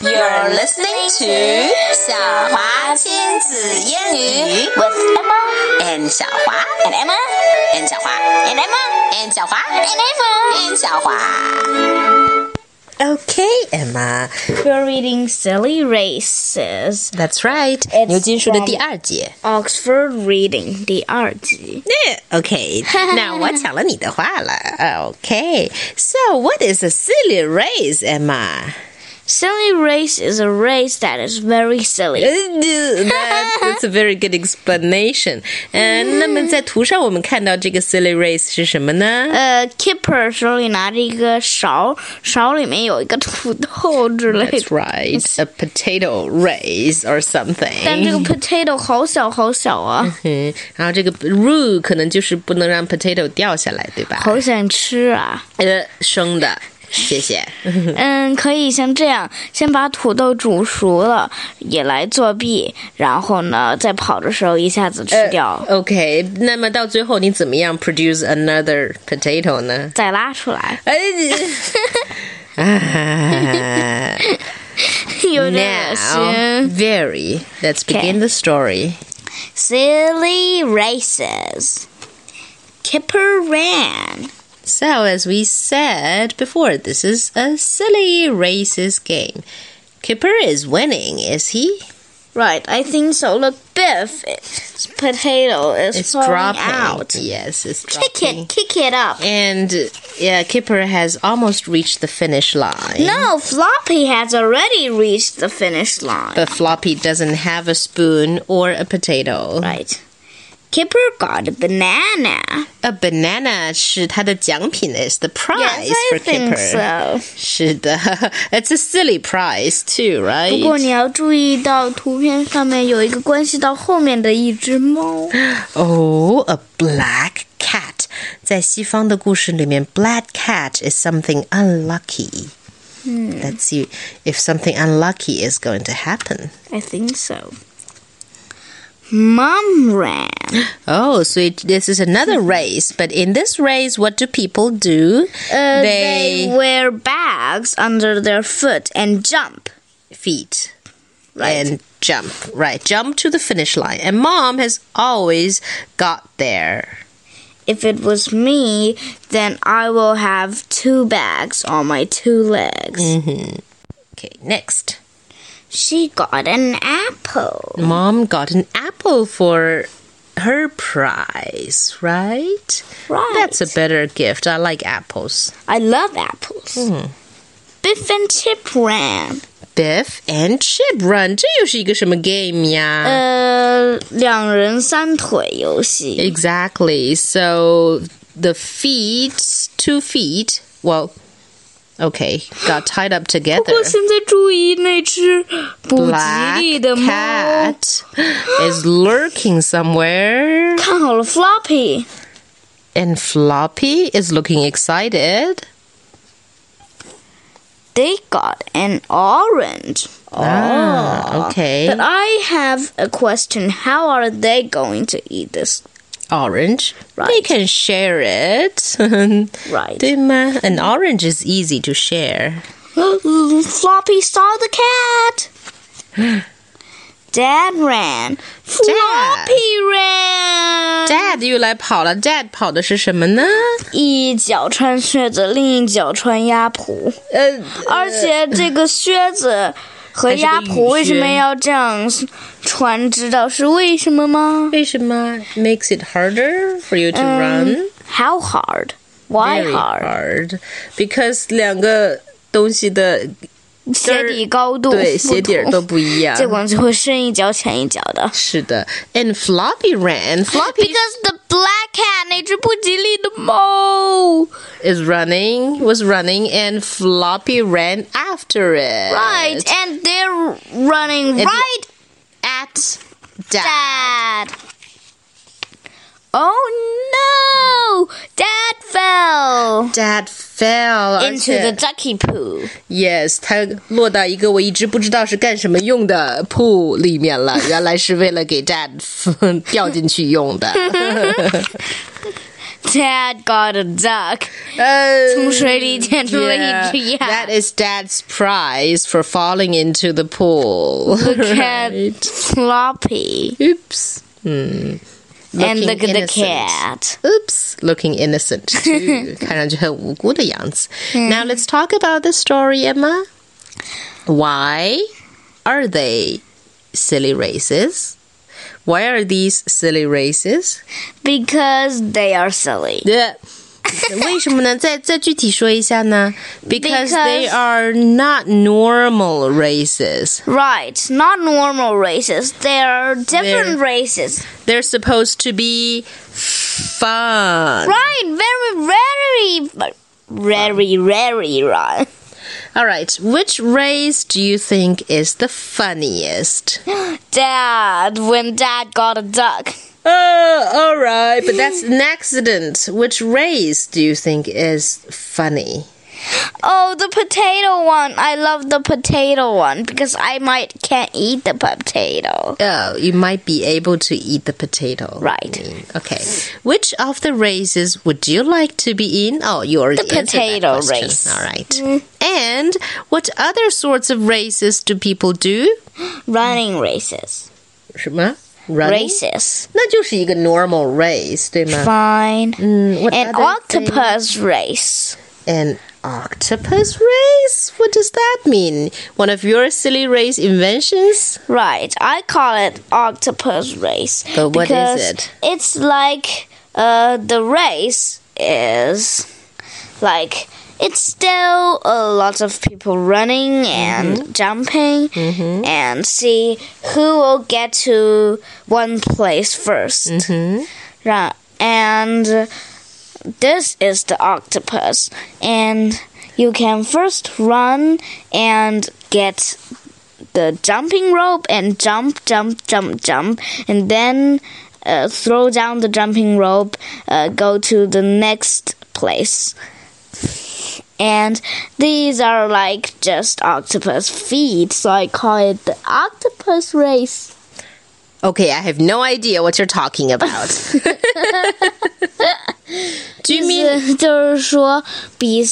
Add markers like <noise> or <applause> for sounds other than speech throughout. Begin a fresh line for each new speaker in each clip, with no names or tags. You're listening to 小华亲子英语 with Emma and 小华 and Emma and 小华 and Emma and 小华 and Emma and 小华。
Okay, Emma.
We're reading Silly Races,
That's right.
It's
牛津书的
from-
第二节。
Oxford Reading 第二集。
Okay. now 我抢了你的话了。Okay. So what is a silly race, Emma?
Silly Race is a race that is very silly.
That, <laughs> that's a very good explanation. 嗯、那么在图上我们看到这个 silly race 是什么呢？
呃，Kipper 手里拿着一个勺，勺里面有一个土豆之类
That's
的。
right, a potato race or
但这个
something.
potato 好小好小
<laughs>
啊，
嗯， <laughs> 然后这个 rule 可能就是不能让 potato 掉下来，对吧？
好想吃啊！
呃，生的，谢谢。
嗯，可以像这样，先把土豆煮熟了，也来作弊，然后呢，在跑的时候一下子吃
Uh,
掉，
OK，那么到最后你怎么样 produce another potato 呢？
再拉出来。 <laughs>
哎，啊
有点恶心。
now very let's begin the story.
Silly races. Kipper ran.
So as we said before, this is a silly races game. Kipper is winning, is he?
Right, I think so. Look, Biff, it's potato is
It's
falling
dropping
out.
Yes, it's
Kick
dropping.
it, kick it up.
And yeah, Kipper has almost reached the finish line.
No, Floppy has already reached the finish line.
But Floppy doesn't have a spoon or a potato.
right. Kipper got a banana.
A banana 是它的奖品 is the prize
yes, I
for
think
Kipper.
so.
是的 <laughs> it's a silly prize too,
不过
right?
你要注意到图片上面有一个关系到后面的一只猫。
<gasps> Oh, a black cat. 在西方的故事里面, black cat is something unlucky. Let's see if something unlucky is going to happen.
I think so. Mom ran.
Oh, so it, this is <laughs> another race. But in this race, what do people do?
Uh, they... wear bags under their foot and jump.
feet and jump right jump to the finish line and mom has always got there
If it was me, then I will have two bags on my two legs.
Mm. Mm-hmm. okay next
She got an apple.
mom got an apple for her prize right
Right.
that's a better gift i like apples
I love apples.
Hmm.
Biff and Chip ran.
biff and chip run 这又是一个什么 game 呀？
Uh, 两人三腿游戏.
Exactly. So the feet, two feet, well, okay, got tied up together. black
不过现在注意那只不吉利的猫，看好了
cat is lurking somewhere,
Floppy。
and Floppy is looking excited.
They got an orange.
Ah, okay.
But I have a question. How are they going to eat this?
Orange. They
Right.
can share it. <laughs>
Right.
对吗？An orange is easy to share.
<gasps> Floppy saw the
<gasps>
cat. Dad ran. Floppy ran.
Dad 又来跑了。Dad 跑的是什么呢？
一脚穿靴子，另一脚穿
<laughs>
鸭脯。
呃，
而且这个靴子和
还是个
鸭
雨靴
脯为什么要这样穿？知道是为什么吗？
为什么 makes it harder for you to
Um,
run?
How hard? Why
Very hard. Because 两个东西的
鞋底高度
对
不
鞋底儿
同
都不一样。
结果就会深一脚浅一脚的。
是的，and Floppy ran. Floppy
Because the black cat 那只不吉利的猫
is running, was running, and Floppy ran after it.
，right? And they're running
If you-
right
at dad.
at. Oh no! Dad fell
Dad fell
into
而且
the ducky poo.
Yes，它落到一个我一直不知道是干什么用的 pool 里面了，
<laughs>
原来是为了给 Dad 掉进去用的。
Dad got a
<laughs>
duck，从水里捡出了一
Mm, Yeah,
只鸭。 <laughs>
That is dad's prize for falling into the pool.
Look
<laughs>
at
Right.
Floppy
Oops. Hmm. Looking
and look at the
innocent.
cat.
Oops, looking innocent too. 看上去很无辜的样子. Now let's talk about the story, Emma. Why are they silly races? Why are these silly races?
Because they are silly.
对。为什么呢？再再具体说一下呢？Because they
Because-
are not normal races.
Right, not normal races. They are different races.
They're supposed to be fun.
Right, very, very, very, very right. <gasps>
All right. Which race do you think is the funniest?
Dad, when Dad got a duck.
Oh, all right, but that's an accident. Which race do you think is funny?
Oh, the potato one. I love the potato one because I might can't eat the potato.
Oh, you might be able to eat the potato.
Right.
I mean, Okay. Which of the races would you like to be in? Oh, you already
The
answered that
potato
question.
race. Mm.
All right. And what other sorts of races do people do?
Running races.
什么? Running?
Races.
那就是一个 normal race, 对吗？
Fine.
Mm, what
An
other thing?
octopus race.
An octopus race? What does that mean? One of your silly race inventions?
Right. I call it octopus race.
But what is
because
it?
It's like uh, the race is like it's still a lot of people running and
Mm-hmm.
jumping and see who will get to one place 1st
Mm-hmm.
Right. And this is the octopus and you can first run and get the jumping rope and jump, jump, jump, jump, and then uh, throw down the jumping rope, uh, go to the next place. And these are like just octopus feet, so I call it the octopus race.
Okay, I have no idea what you're talking about. <laughs> do you mean
<laughs> 就是说比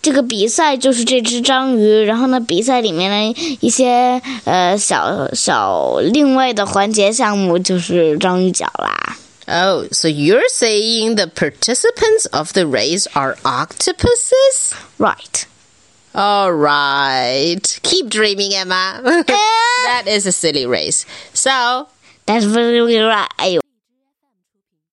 这个比赛就是这只章鱼，然后呢，比赛里面的一些呃小小另外的环节项目就是章鱼脚啦。
Oh, so you're saying the participants of the race are octopuses?
Right.
All right. Keep dreaming, <laughs> Emma. that is a silly race. So,
That's really right. 哎呦。